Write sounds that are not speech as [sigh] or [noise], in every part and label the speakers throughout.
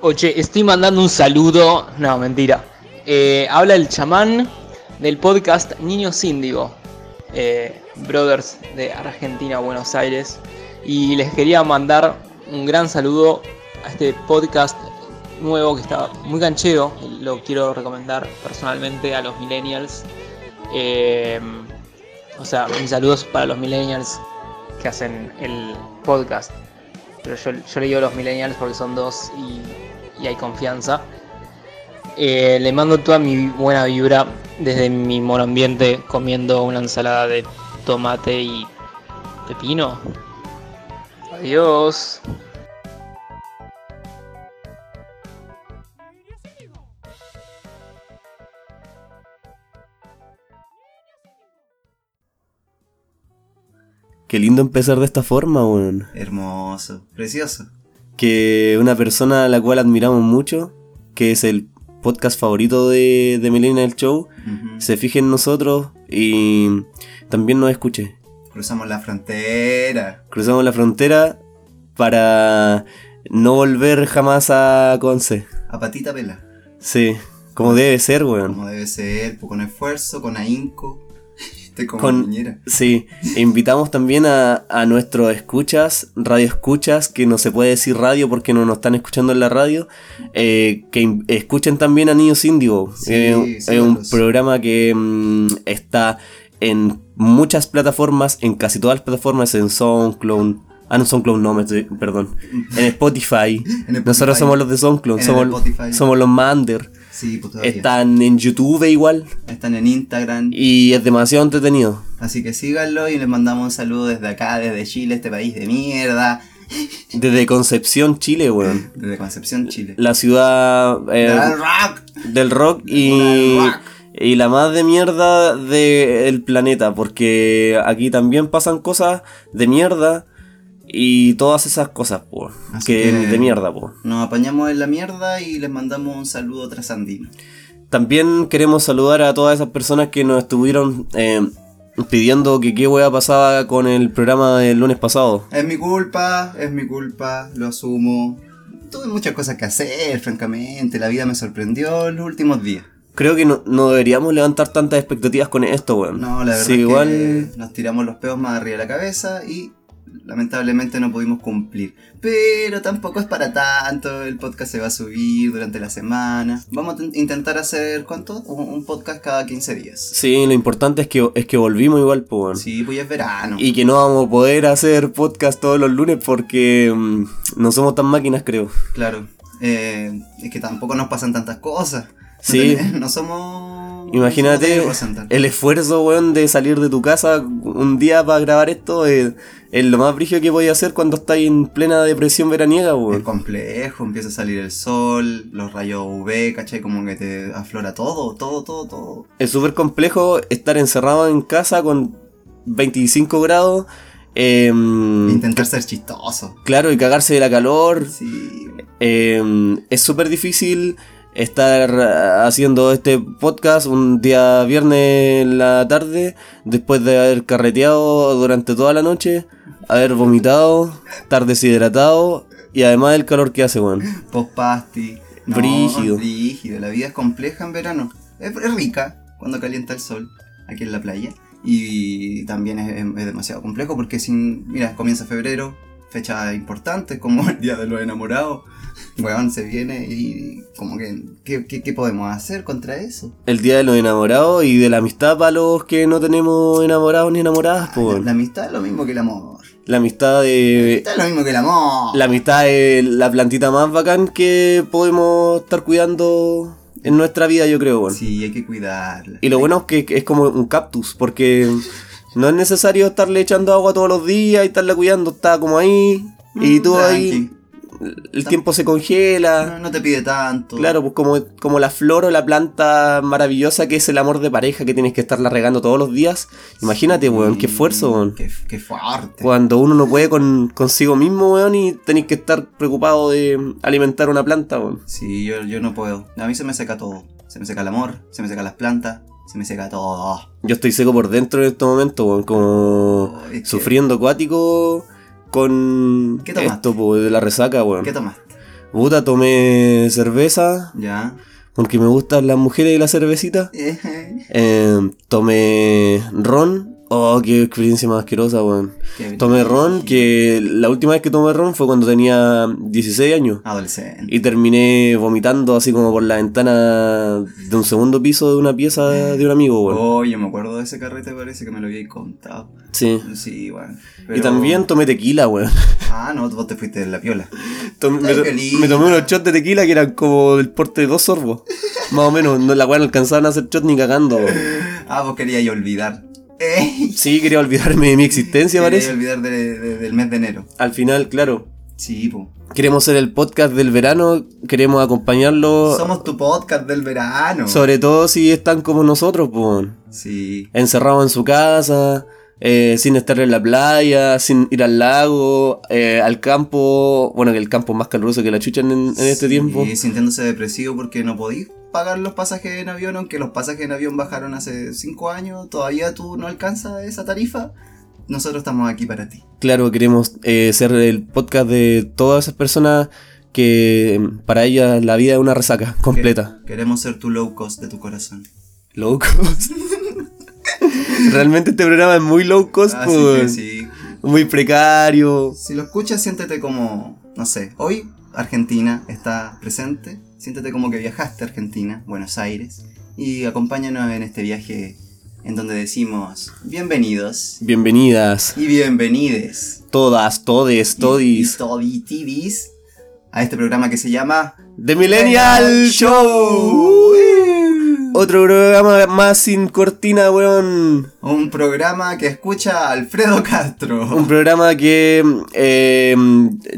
Speaker 1: Oye, estoy mandando un saludo. No, mentira. Eh, habla el chamán del podcast Niños Índigo, eh, Brothers de Argentina, Buenos Aires. Y les quería mandar un gran saludo a este podcast nuevo que está muy canchero. Lo quiero recomendar personalmente a los millennials. Eh, o sea, mis saludos para los millennials que hacen el podcast. Pero yo, yo le digo los millennials porque son dos y, y hay confianza. Eh, le mando toda mi buena vibra desde mi monoambiente comiendo una ensalada de tomate y pepino. Adiós.
Speaker 2: Qué lindo empezar de esta forma, weón.
Speaker 3: Hermoso, precioso.
Speaker 2: Que una persona a la cual admiramos mucho, que es el podcast favorito de, de Melina del Show,
Speaker 3: Ujú.
Speaker 2: se fije en nosotros y también nos escuche.
Speaker 3: Cruzamos la frontera.
Speaker 2: Cruzamos la frontera para no volver jamás a Conce.
Speaker 3: A patita pela.
Speaker 2: Sí, como debe ser, weón.
Speaker 3: Como debe ser, pues, con esfuerzo, con ahínco. Estoy como
Speaker 2: Con-
Speaker 3: niñera.
Speaker 2: Sí, e invitamos también a, a nuestros escuchas, radio escuchas, que no se puede decir radio porque no nos están escuchando en la radio, eh, que in- escuchen también a Niños Índigo.
Speaker 3: Sí,
Speaker 2: Eh, es un
Speaker 3: síganlos.
Speaker 2: programa que mm, está en muchas plataformas, en casi todas las plataformas, en SoundCloud. Ah, no, SoundCloud no, me estoy- perdón. En Spotify.
Speaker 3: [laughs] En el
Speaker 2: Nosotros
Speaker 3: Spotify.
Speaker 2: somos los de SoundCloud,
Speaker 3: En el
Speaker 2: somos,
Speaker 3: Spotify.
Speaker 2: somos los Mander.
Speaker 3: Sí, pues todavía.
Speaker 2: Están en YouTube igual
Speaker 3: Están en Instagram.
Speaker 2: y es demasiado entretenido.
Speaker 3: Así que síganlo y les mandamos un saludo desde acá, desde Chile, este país de mierda.
Speaker 2: Desde Concepción, Chile, weón.
Speaker 3: Desde Concepción, Chile.
Speaker 2: La ciudad eh,
Speaker 3: ¡Dale rock!
Speaker 2: del rock y,
Speaker 3: Del rock.
Speaker 2: y la más de mierda del planeta, porque aquí también pasan cosas de mierda y todas esas cosas, po,
Speaker 3: Así
Speaker 2: que,
Speaker 3: que-
Speaker 2: de mierda, po.
Speaker 3: Nos apañamos en la mierda y les mandamos un saludo trasandino.
Speaker 2: También queremos saludar a todas esas personas que nos estuvieron eh, pidiendo que qué hueá pasaba con el programa del lunes pasado.
Speaker 3: Es mi culpa, es mi culpa, lo asumo. Tuve muchas cosas que hacer, francamente. La vida me sorprendió en los últimos días.
Speaker 2: Creo que no, no deberíamos levantar tantas expectativas con esto, weón.
Speaker 3: No, la verdad
Speaker 2: Sí,
Speaker 3: es que
Speaker 2: igual...
Speaker 3: nos tiramos los peos más arriba de la cabeza y lamentablemente no pudimos cumplir. Pero tampoco es para tanto, el podcast se va a subir durante la semana. Vamos a ten- intentar hacer, ¿cuánto? Un, un podcast cada 15 días.
Speaker 2: Sí, lo importante es que, es que volvimos igual, po, weón.
Speaker 3: Sí, pues ya es verano.
Speaker 2: Y que no vamos a poder hacer podcast todos los lunes porque mm, no somos tan máquinas, creo.
Speaker 3: Claro. Eh, es que tampoco nos pasan tantas cosas. No
Speaker 2: Sí.
Speaker 3: ten- No, somos...
Speaker 2: Imagínate
Speaker 3: no somos tan representantes.
Speaker 2: el esfuerzo, weón, de salir de tu casa un día para grabar esto. Es, es lo más brígido que voy a hacer cuando estáis en plena depresión veraniega,
Speaker 3: Es
Speaker 2: weón.
Speaker 3: complejo, empieza a salir el sol, los rayos UV, ¿cachai? Como que te aflora todo, todo, todo, todo.
Speaker 2: Es súper complejo estar encerrado en casa con 25 grados. eh,
Speaker 3: Intentar ser chistoso.
Speaker 2: claro, y cagarse de la calor.
Speaker 3: Sí.
Speaker 2: Eh, es súper difícil estar eh, haciendo este podcast un día viernes en la tarde, después de haber carreteado durante toda la noche, haber vomitado, estar deshidratado y además el calor que hace, weón.
Speaker 3: Post-pasti. No,
Speaker 2: Brígido.
Speaker 3: Brígido. La vida es compleja en verano. Es, es rica cuando calienta el sol aquí en la playa. Y también es, es- es demasiado complejo porque sin. Mira, comienza febrero, fecha importante, como el día de los enamorados. Weón, se viene y como que. ¿Qué, qué, qué podemos hacer contra eso?
Speaker 2: El día de los enamorados y de la amistad para los que no tenemos enamorados ni enamoradas, po,
Speaker 3: La,
Speaker 2: weón.
Speaker 3: la amistad es lo mismo que el amor.
Speaker 2: La amistad
Speaker 3: La
Speaker 2: de.
Speaker 3: amistad es lo mismo que el amor.
Speaker 2: La amistad es la plantita más bacán que podemos estar cuidando en nuestra vida, yo creo, weón.
Speaker 3: Sí, hay que cuidarla.
Speaker 2: Y lo bueno es que que es como un cactus, porque no es necesario estarle echando agua todos los días y estarla cuidando, está como ahí. Y
Speaker 3: Mm,
Speaker 2: tú ahí,
Speaker 3: tranqui.
Speaker 2: el tiempo se congela.
Speaker 3: No, no te pide tanto.
Speaker 2: Claro, pues como, como la flor o la planta maravillosa que es el amor de pareja que tienes que estarla regando todos los días. Imagínate, weón, qué
Speaker 3: Sí,
Speaker 2: esfuerzo, weón.
Speaker 3: Qué, qué fuerte.
Speaker 2: Cuando uno no puede con, consigo mismo, weón, y tenés que estar preocupado de alimentar una planta, weón.
Speaker 3: Sí, yo, yo no puedo. A mí se me seca todo. Se me seca el amor, se me seca las plantas, se me seca todo.
Speaker 2: Yo estoy seco por dentro en este momento, weón, como...
Speaker 3: Oh, es que-
Speaker 2: sufriendo acuático con
Speaker 3: ¿Qué tomaste?
Speaker 2: esto po, de la resaca, weón.
Speaker 3: ¿Qué tomaste?
Speaker 2: Puta, tomé cerveza,
Speaker 3: Ya. [laughs]
Speaker 2: porque me gustan las mujeres y la cervecita.
Speaker 3: Qué
Speaker 2: Eh, tomé ron. Oh, qué experiencia más asquerosa, weón. Tomé ron, que la última vez que tomé ron fue cuando tenía 16 años.
Speaker 3: Adolescente.
Speaker 2: Y terminé vomitando así como por la ventana de un segundo piso de una pieza de un amigo, weón.
Speaker 3: Oh, yo me acuerdo de ese carrete, parece que me lo había contado.
Speaker 2: Sí.
Speaker 3: Sí, bueno.
Speaker 2: Y
Speaker 3: pero-
Speaker 2: también tomé tequila, weón.
Speaker 3: Ah, no, vos te fuiste de la piola.
Speaker 2: Tom- me,
Speaker 3: Ay,
Speaker 2: to-
Speaker 3: Piolín.
Speaker 2: me tomé unos shots de tequila que eran como el porte de dos sorbos. Más o menos, no, la weá no alcanzaban a hacer shots ni cagando. weón.
Speaker 3: Ah, vos querías olvidar. [laughs] Ey,
Speaker 2: Sí, quería olvidarme de mi existencia,
Speaker 3: Querías
Speaker 2: parece.
Speaker 3: olvidar de- de- del mes de enero.
Speaker 2: Al final, claro.
Speaker 3: Sí, po.
Speaker 2: Queremos ser el podcast del verano, queremos acompañarlo.
Speaker 3: Somos tu podcast del verano.
Speaker 2: Sobre todo si están como nosotros, pues.
Speaker 3: Sí.
Speaker 2: Encerrados en su casa, eh, sin estar en la playa, sin ir al lago, eh, al campo. Bueno, que el campo es más caluroso que la chucha en, en este
Speaker 3: Sí,
Speaker 2: tiempo.
Speaker 3: sintiéndose depresivo porque no podís pagar los pasajes en avión, aunque los pasajes en avión bajaron hace 5 años, todavía tú no alcanzas esa tarifa. Nosotros estamos aquí para ti.
Speaker 2: Claro, queremos eh, ser el podcast de todas esas personas que mm, para ellas la vida es una resaca completa.
Speaker 3: Que- Queremos ser tu low cost de tu corazón.
Speaker 2: [laughs] Low cost. Realmente este programa es muy low cost,
Speaker 3: Así que
Speaker 2: pues,
Speaker 3: sí.
Speaker 2: muy precario.
Speaker 3: Si lo escuchas, siéntete como, no sé, hoy Argentina está presente, siéntete como que viajaste a Argentina, Buenos Aires, y acompáñanos en este viaje en donde decimos bienvenidos
Speaker 2: Bienvenidas
Speaker 3: y bienvenides
Speaker 2: todas, todes,
Speaker 3: y
Speaker 2: todis
Speaker 3: toditidis a este programa que se llama
Speaker 2: The Millennial Show. Otro programa más sin cortina, weón.
Speaker 3: un programa que escucha Alfredo Castro.
Speaker 2: Un programa que eh,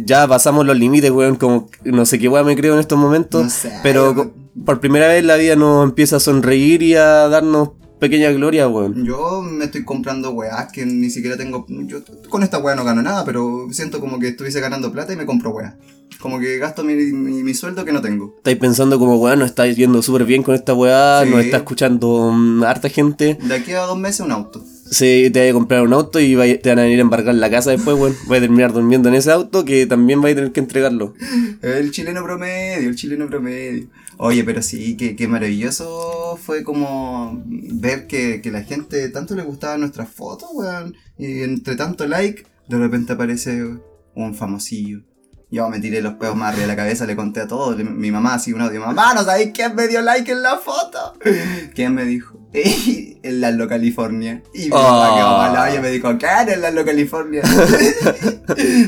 Speaker 2: ya pasamos los límites, weón. Como no sé qué weón me creo en estos momentos.
Speaker 3: No sé,
Speaker 2: Pero co- por primera vez la vida nos empieza a sonreír y a darnos pequeña gloria, weón.
Speaker 3: Yo me estoy comprando weas que ni siquiera tengo. Yo con esta wea no gano nada, pero siento como que estuviese ganando plata y me compro weas. Como que gasto mi, mi- mi sueldo que no tengo.
Speaker 2: Estáis pensando como, weón, nos está yendo súper bien con esta weá,
Speaker 3: Sí.
Speaker 2: nos está escuchando mm, harta gente.
Speaker 3: De aquí a dos meses un auto.
Speaker 2: Se, te vas a comprar un auto y vai- te van a venir a embarcar la casa después, weón. Vas a terminar durmiendo en ese auto que también vais a tener que entregarlo.
Speaker 3: El chileno promedio, el chileno promedio. Oye, pero sí, qué, qué maravilloso fue como ver que, que la gente tanto le gustaba nuestras fotos, weón. Y entre tanto like, de repente aparece un famosillo. Yo me tiré los peos más arriba de la cabeza, le conté a todos. Le- Mi mamá así un audio, mamá, ¿no sabéis quién me dio like en la foto? ¿Quién me dijo? [laughs] en la Lo California. Y mi mamá
Speaker 2: Oh.
Speaker 3: quedó mala, ella me dijo, ¿quién en la Lo California? [laughs]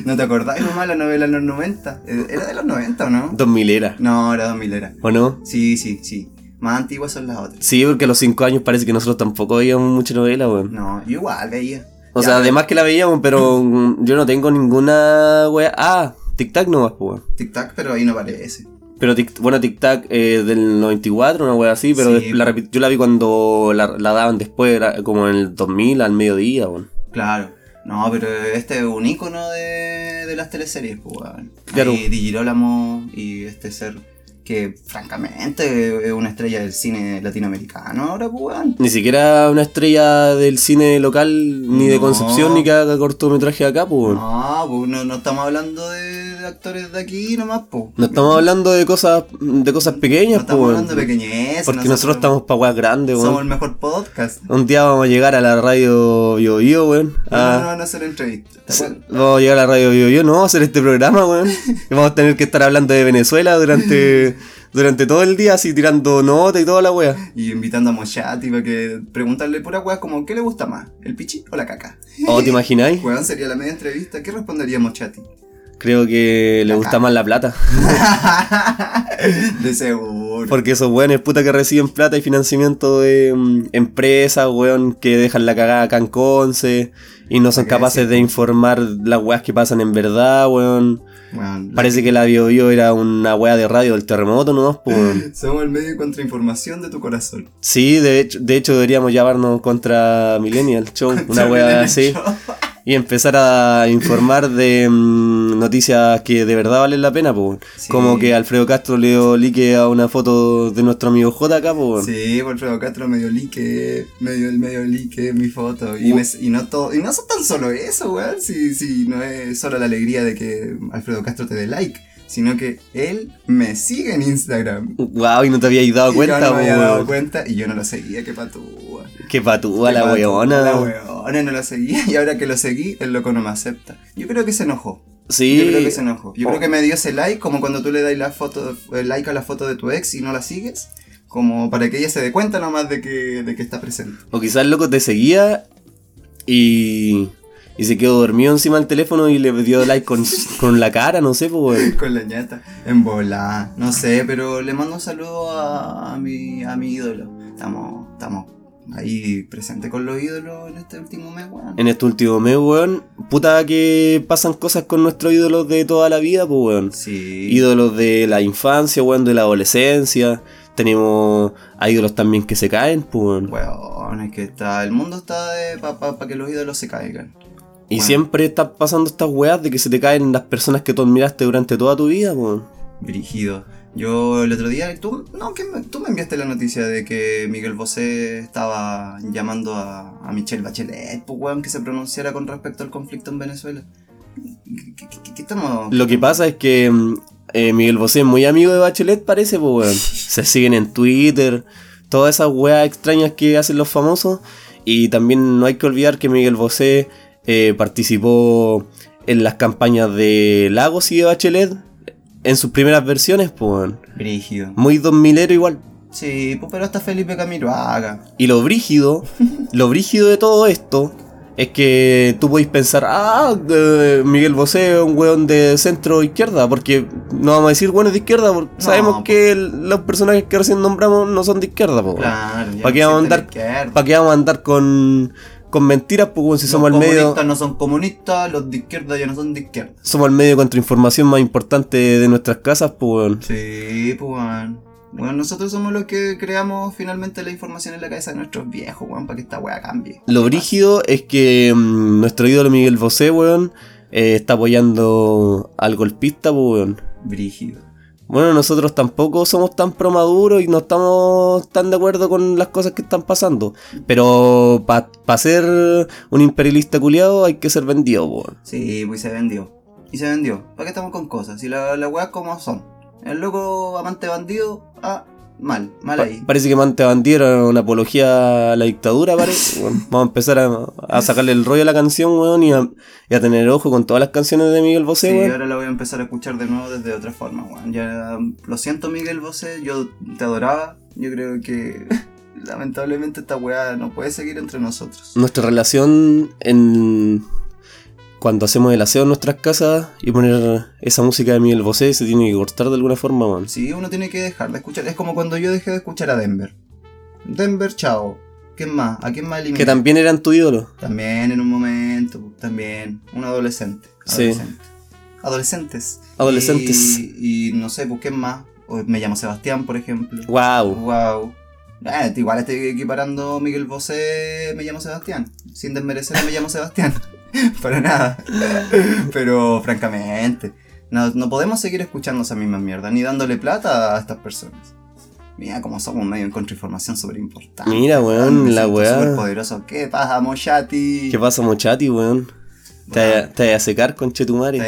Speaker 3: ¿No te acordás, mamá, la novela de los 90? Eh, ¿Era de los 90 o no?
Speaker 2: Dos milera,
Speaker 3: No, era 2000 era.
Speaker 2: ¿o no?
Speaker 3: Sí, sí, sí. Más antiguas son las otras.
Speaker 2: Sí, porque a los cinco años parece que nosotros tampoco veíamos mucha novela, weón.
Speaker 3: No, yo igual veía.
Speaker 2: O
Speaker 3: Ya,
Speaker 2: sea, además que la veíamos, pero mm, yo no tengo ninguna weá. Ah, tic-tac nomás, pues, weón.
Speaker 3: Tic-tac, pero ahí no aparece.
Speaker 2: Pero tic- bueno, Tic Tac eh, del 94, una wea así, pero
Speaker 3: Sí.
Speaker 2: des- la repi- yo la vi cuando la, la daban después, era como en el 2000 al mediodía, weón.
Speaker 3: Claro. No, pero este es un ícono de, de las teleseries, pues, weón.
Speaker 2: Claro.
Speaker 3: Y Di Girolamo y este ser que, francamente, es una estrella del cine latinoamericano ahora, pues, weón.
Speaker 2: Ni siquiera una estrella del cine local, ni de
Speaker 3: No.
Speaker 2: Concepción, ni que haga cortometraje acá, pues. weón.
Speaker 3: No, pues no, no estamos hablando de, de actores de aquí nomás, pues.
Speaker 2: No estamos hablando de cosas de cosas
Speaker 3: No
Speaker 2: pequeñas, pues.
Speaker 3: estamos
Speaker 2: weón.
Speaker 3: hablando de pequeñez.
Speaker 2: Porque nosotros, estamos pa' weas grandes,
Speaker 3: Somos
Speaker 2: weón.
Speaker 3: el mejor podcast.
Speaker 2: Un día vamos a llegar a la radio Bio Bio, weón.
Speaker 3: No,
Speaker 2: Ah,
Speaker 3: no, no van a hacer entrevista. ¿te acuerdas?
Speaker 2: Vamos a llegar a la radio Bio Bio, no, vamos a hacer este programa, [laughs] weón. Y vamos a tener que estar hablando de Venezuela durante, durante todo el día, así tirando nota y toda la wea.
Speaker 3: Y invitando a Mochati para que preguntarle pura weá como ¿qué le gusta más? ¿El pichi o la caca?
Speaker 2: ¿O Oh, te imagináis?
Speaker 3: Weón sería la media entrevista, ¿qué respondería Mochati?
Speaker 2: Creo que le gusta más la plata. [laughs]
Speaker 3: [laughs] De seguro.
Speaker 2: Porque esos weones puta que reciben plata y financiamiento de mm, empresas, weón, que dejan la cagada acá en Conce y no son
Speaker 3: Ok,
Speaker 2: capaces de informar las weas que pasan en verdad, weón.
Speaker 3: Weón,
Speaker 2: Parece que la Bio Bio era una wea de radio del terremoto, ¿no? Pues, weón.
Speaker 3: Somos el medio de contrainformación de tu corazón.
Speaker 2: Sí, de hecho, de hecho deberíamos llamarnos contra Millennial Show, una
Speaker 3: Chau,
Speaker 2: weá
Speaker 3: Millennial
Speaker 2: así,
Speaker 3: Show.
Speaker 2: y empezar a informar de mm, noticias que de verdad valen la pena, pues.
Speaker 3: Sí.
Speaker 2: [laughs] Como que Alfredo Castro le dio like a una foto de nuestro amigo J acá, pues.
Speaker 3: Sí, Alfredo Castro medio like, medio el medio like mi foto.
Speaker 2: Uh.
Speaker 3: Y, me- y no todo, y no es tan solo eso, weón. Si, si no es solo la alegría de que Alfredo Castro te dé like, sino que él me sigue en Instagram.
Speaker 2: Wow, y no te habías dado
Speaker 3: Y
Speaker 2: cuenta,
Speaker 3: yo no me había dado
Speaker 2: weón.
Speaker 3: cuenta y yo no lo seguía, qué patúa.
Speaker 2: Qué patúa
Speaker 3: Qué
Speaker 2: la
Speaker 3: patúa La
Speaker 2: weona.
Speaker 3: weona no lo seguía [laughs] y ahora que lo seguí, el loco no me acepta. Yo creo que se enojó.
Speaker 2: Sí.
Speaker 3: Yo creo que se enojó. Yo
Speaker 2: Oh.
Speaker 3: creo que me dio ese like, como cuando tú le das la foto, el like a la foto de tu ex y no la sigues, como para que ella se dé cuenta nomás de que, de que está presente. [laughs]
Speaker 2: O quizás el loco te seguía y, y se quedó dormido encima del teléfono y le dio like
Speaker 3: [laughs]
Speaker 2: con, con la cara, no sé, pues, weón.
Speaker 3: Con la ñata, en bola, no sé, pero le mando un saludo a, a mi, a mi ídolo. Estamos, estamos ahí presente con los ídolos en este último mes, weón.
Speaker 2: En este último mes, weón, puta que pasan cosas con nuestros ídolos de toda la vida, pues, weón.
Speaker 3: Sí.
Speaker 2: Ídolos de la infancia, weón, de la adolescencia. Tenemos a ídolos también que se caen, pues, weón.
Speaker 3: Weón, es que está, el mundo está de para que los ídolos se caigan.
Speaker 2: Y
Speaker 3: Bueno.
Speaker 2: siempre están pasando estas weas de que se te caen las personas que tú admiraste durante toda tu vida, pues.
Speaker 3: Brigido. Yo el otro día, tú, no, que me- tú me enviaste la noticia de que Miguel Bosé estaba llamando a, a Michelle Bachelet, pues weón, que se pronunciara con respecto al conflicto en Venezuela. ¿Qué, qué- qué- qué estamos?
Speaker 2: Lo que pasa es que mm, eh, Miguel Bosé es muy amigo de Bachelet, parece, pues, weón. Se siguen en Twitter, todas esas weas extrañas que hacen los famosos. Y también no hay que olvidar que Miguel Bosé eh, participó en las campañas de Lagos y de Bachelet en sus primeras versiones, pues, weón.
Speaker 3: Brigido.
Speaker 2: Muy 2000 igual.
Speaker 3: Sí, pues pero hasta Felipe Camiroaga.
Speaker 2: Y lo
Speaker 3: [laughs]
Speaker 2: brígido, lo brígido de todo esto es que tú podéis pensar, ah, eh, Miguel Bosé es un weón de centro izquierda, porque no vamos a decir weones de izquierda, porque
Speaker 3: No,
Speaker 2: sabemos
Speaker 3: po.
Speaker 2: que el- los personajes que recién nombramos no son de izquierda, po, weón.
Speaker 3: Claro, ya
Speaker 2: ¿Pa' qué vamos a andar?
Speaker 3: andar?
Speaker 2: ¿Para qué vamos a andar con, con mentiras, pues, weón, si somos el
Speaker 3: los
Speaker 2: medio,
Speaker 3: comunistas no son comunistas, los de izquierda ya no son de izquierda.
Speaker 2: somos el medio contra información más importante de nuestras casas, pues, weón.
Speaker 3: Sí, pues weón. Bueno, nosotros somos los que creamos finalmente la información en la cabeza de nuestros viejos, weón, para que esta weá cambie.
Speaker 2: Lo brígido es que mm, nuestro ídolo Miguel Bosé, weón, eh, está apoyando al golpista, pues, weón.
Speaker 3: Brígido.
Speaker 2: Bueno, nosotros tampoco somos tan promaduros y no estamos tan de acuerdo con las cosas que están pasando. Pero para ser un imperialista culiado hay que ser vendido, po.
Speaker 3: Sí, pues se vendió. Y se vendió. ¿Para qué estamos con cosas? Si la, la weá como son. El loco amante bandido, ah, mal, mal
Speaker 2: Pa-
Speaker 3: ahí.
Speaker 2: parece que Mante Bandiera era una apología a la dictadura,
Speaker 3: [laughs]
Speaker 2: parece. Bueno, vamos a empezar a, a sacarle el rollo a la canción, weón, y a, y a tener ojo con todas las canciones de Miguel Bosé,
Speaker 3: Sí,
Speaker 2: weón.
Speaker 3: ahora la voy a empezar a escuchar de nuevo desde otra forma, weón. Ya, lo siento, Miguel Bosé, yo te adoraba. Yo creo que [laughs] lamentablemente esta weá no puede seguir entre nosotros.
Speaker 2: Nuestra relación en. Cuando hacemos el aseo en nuestras casas y poner esa música de Miguel Bosé se tiene que cortar de alguna forma, weón.
Speaker 3: Sí, uno tiene que dejar de escuchar. Es como cuando yo dejé de escuchar a Denver. Denver, chao. ¿Quién más? ¿A quién más eliminé?
Speaker 2: Que también eran tu ídolo.
Speaker 3: También en un momento, también. Un adolescente.
Speaker 2: Sí.
Speaker 3: adolescente. Adolescentes.
Speaker 2: Adolescentes.
Speaker 3: Y, y no sé, pues quién más. O me llamo Sebastián, por ejemplo.
Speaker 2: Wow.
Speaker 3: Wow. Eh, igual estoy equiparando Miguel Bosé, me llamo Sebastián. Sin desmerecer, a me llamo Sebastián. [laughs] Para nada. Pero francamente, no, no podemos seguir escuchando esa misma mierda, ni dándole plata a estas personas. Mira cómo somos medio en contrainformación súper importante.
Speaker 2: Mira, weón, la weá.
Speaker 3: poderoso. ¿Qué pasa, Moshati?
Speaker 2: ¿Qué pasa, Mochati, weón? Te vaya- Te vas a secar con Chetumare.
Speaker 3: [laughs]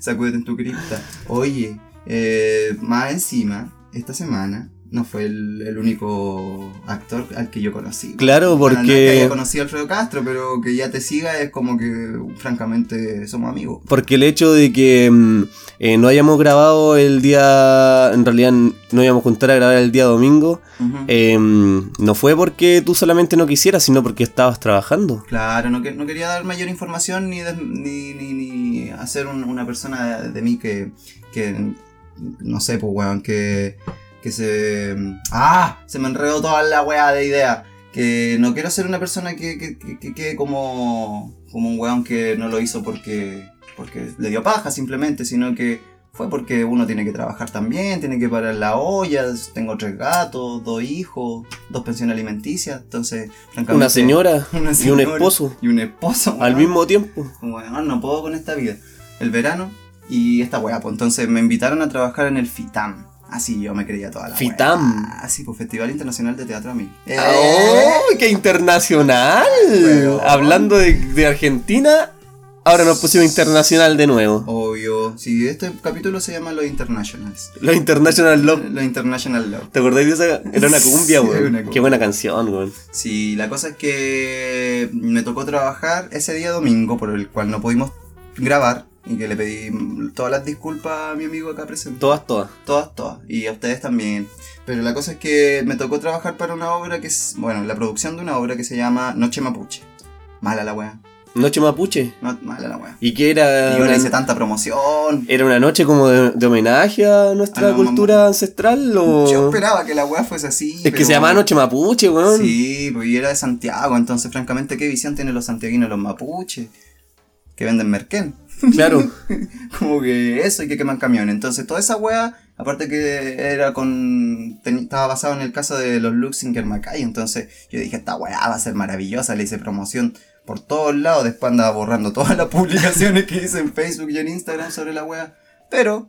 Speaker 3: Sacúdete en tu cripta. Oye, eh, más encima, esta semana no fue el, el único actor al que yo conocí.
Speaker 2: Claro,
Speaker 3: Bueno, no es que
Speaker 2: porque,
Speaker 3: haya conocido a Alfredo Castro, pero que ya te siga es como que, francamente, somos amigos.
Speaker 2: porque el hecho de que mm, eh, no hayamos grabado el día. En realidad, n- no hayamos juntar a grabar el día domingo.
Speaker 3: Ujú.
Speaker 2: eh, no fue porque tú solamente no quisieras, sino porque estabas trabajando.
Speaker 3: Claro, no, que- no quería dar mayor información ni, des- ni, ni, ni hacer un- una persona de, mí que, que, no sé, pues, weón, que, que se... ¡Ah! Se me enredó toda la weá de idea. Que no quiero ser una persona que que- que- que quede como, como un weón que no lo hizo porque, porque le dio paja simplemente, sino que fue porque uno tiene que trabajar también, tiene que parar la olla, tengo tres gatos, dos hijos, dos pensiones alimenticias, entonces, francamente...
Speaker 2: Una
Speaker 3: [laughs]
Speaker 2: señora
Speaker 3: Una
Speaker 2: y un
Speaker 3: señora
Speaker 2: esposo
Speaker 3: Y un esposo.
Speaker 2: al
Speaker 3: weón.
Speaker 2: mismo tiempo.
Speaker 3: Weón, no puedo con esta vida. El verano y esta weá. Pues entonces me invitaron a trabajar en el FITAM. Así yo me creía toda la
Speaker 2: FITAM. Ah,
Speaker 3: weá. Así, pues Festival Internacional de Teatro Eh, a mí.
Speaker 2: ¡Oh, qué internacional!
Speaker 3: Weón.
Speaker 2: Hablando de, de Argentina Ahora nos pusimos internacional de nuevo.
Speaker 3: Obvio. Sí, este capítulo se llama Los Internationals.
Speaker 2: Los International Love.
Speaker 3: Los International Love.
Speaker 2: ¿Te acordáis de esa? Era una cumbia,
Speaker 3: Sí, era una
Speaker 2: weón.
Speaker 3: cumbia.
Speaker 2: Qué buena canción, weón.
Speaker 3: Sí, la cosa es que me tocó trabajar ese día domingo, por el cual no pudimos grabar y que le pedí mm, todas las disculpas a mi amigo acá presente.
Speaker 2: Todas, todas.
Speaker 3: Todas, todas. Y a ustedes también. Pero la cosa es que me tocó trabajar para una obra que es, bueno, la producción de una obra que se llama Noche Mapuche. Mala la wea.
Speaker 2: Noche Mapuche.
Speaker 3: No, mala la wea.
Speaker 2: ¿Y qué era?
Speaker 3: Y yo le
Speaker 2: Una-
Speaker 3: hice tanta promoción.
Speaker 2: ¿Era una noche como de, de homenaje a nuestra
Speaker 3: Ah, no,
Speaker 2: cultura
Speaker 3: mamá.
Speaker 2: ancestral? O...
Speaker 3: Yo esperaba que la wea fuese así.
Speaker 2: Oh. es que
Speaker 3: pero-
Speaker 2: se llamaba Noche Mapuche, weón.
Speaker 3: Sí, pues y era de Santiago, entonces francamente, ¿qué visión tienen los santiaguinos los mapuches? Que venden merquén.
Speaker 2: [laughs] Claro.
Speaker 3: Como que eso y que queman camiones. Entonces toda esa wea, aparte que era con... ten- estaba basado en el caso de los Luxinger Macay, entonces yo dije, esta wea va a ser maravillosa, le hice promoción por todos lados, después andaba borrando todas las [laughs] publicaciones que hice en Facebook y en Instagram sobre la wea, pero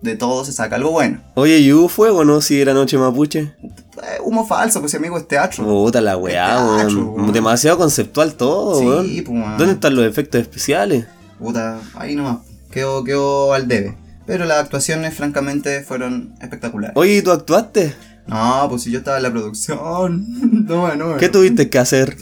Speaker 3: de todo se saca algo bueno.
Speaker 2: Oye, ¿y hubo fuego, no? Si era Noche Mapuche.
Speaker 3: Eh, humo falso, pues amigo es teatro.
Speaker 2: Puta la weá,
Speaker 3: Qué
Speaker 2: weón.
Speaker 3: cacho, weón.
Speaker 2: Demasiado conceptual todo,
Speaker 3: Sí,
Speaker 2: Oh, weón.
Speaker 3: pues, weón.
Speaker 2: ¿Dónde están los efectos especiales?
Speaker 3: Puta, ahí nomás. Quedó, quedó al debe. Pero las actuaciones, francamente, fueron espectaculares.
Speaker 2: Oye, ¿y tú actuaste?
Speaker 3: No, pues si yo estaba en la producción. [laughs] No, no, no.
Speaker 2: ¿Qué tuviste que hacer?